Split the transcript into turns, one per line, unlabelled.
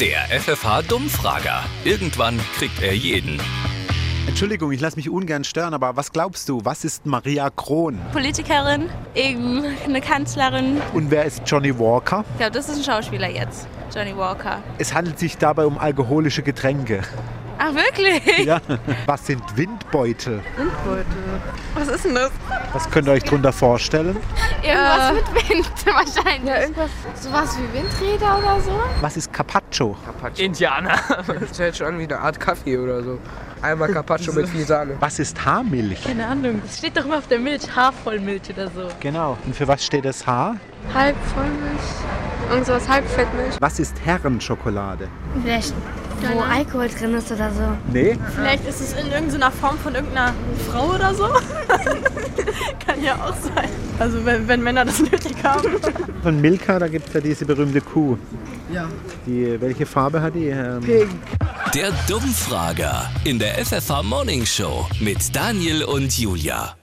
Der FFH-Dummfrager. Irgendwann kriegt er jeden.
Entschuldigung, ich lasse mich ungern stören, aber was glaubst du, was ist Maria Kron?
Politikerin, eben eine Kanzlerin.
Und wer ist Johnny Walker?
Ich glaube, das ist ein Schauspieler jetzt, Johnny Walker.
Es handelt sich dabei um alkoholische Getränke.
Ah,
Ach, wirklich?
Ja. Was sind Windbeutel?
Was ist denn das?
Was könnt ihr euch drunter vorstellen?
Irgendwas
Äh,
mit Wind wahrscheinlich.
Ja, irgendwas.
Sowas wie Windräder oder so?
Was ist Carpaccio?
Indianer.
Das hört schon an wie eine Art Kaffee oder so. Einmal Carpaccio mit viel Sahne.
Was ist Haarmilch?
Genau.
Keine Ahnung. Das steht doch immer auf der Milch. Haarvollmilch oder so.
Genau. Und für was steht das Haar?
Halb Vollmilch. Irgend sowas halb Fettmilch.
Was ist Herrenschokolade?
Vielleicht, wo Alkohol drin ist oder so.
Nee.
Vielleicht ist es in irgendeiner Form von irgendeiner Frau oder so. Kann ja auch sein. Also wenn, wenn Männer das nötig haben.
Von Milka, da gibt es ja diese berühmte Kuh. Ja. Die, welche Farbe hat die? Ähm,
Der Dummfrager in der FFH Morning Show mit Daniel und Julia.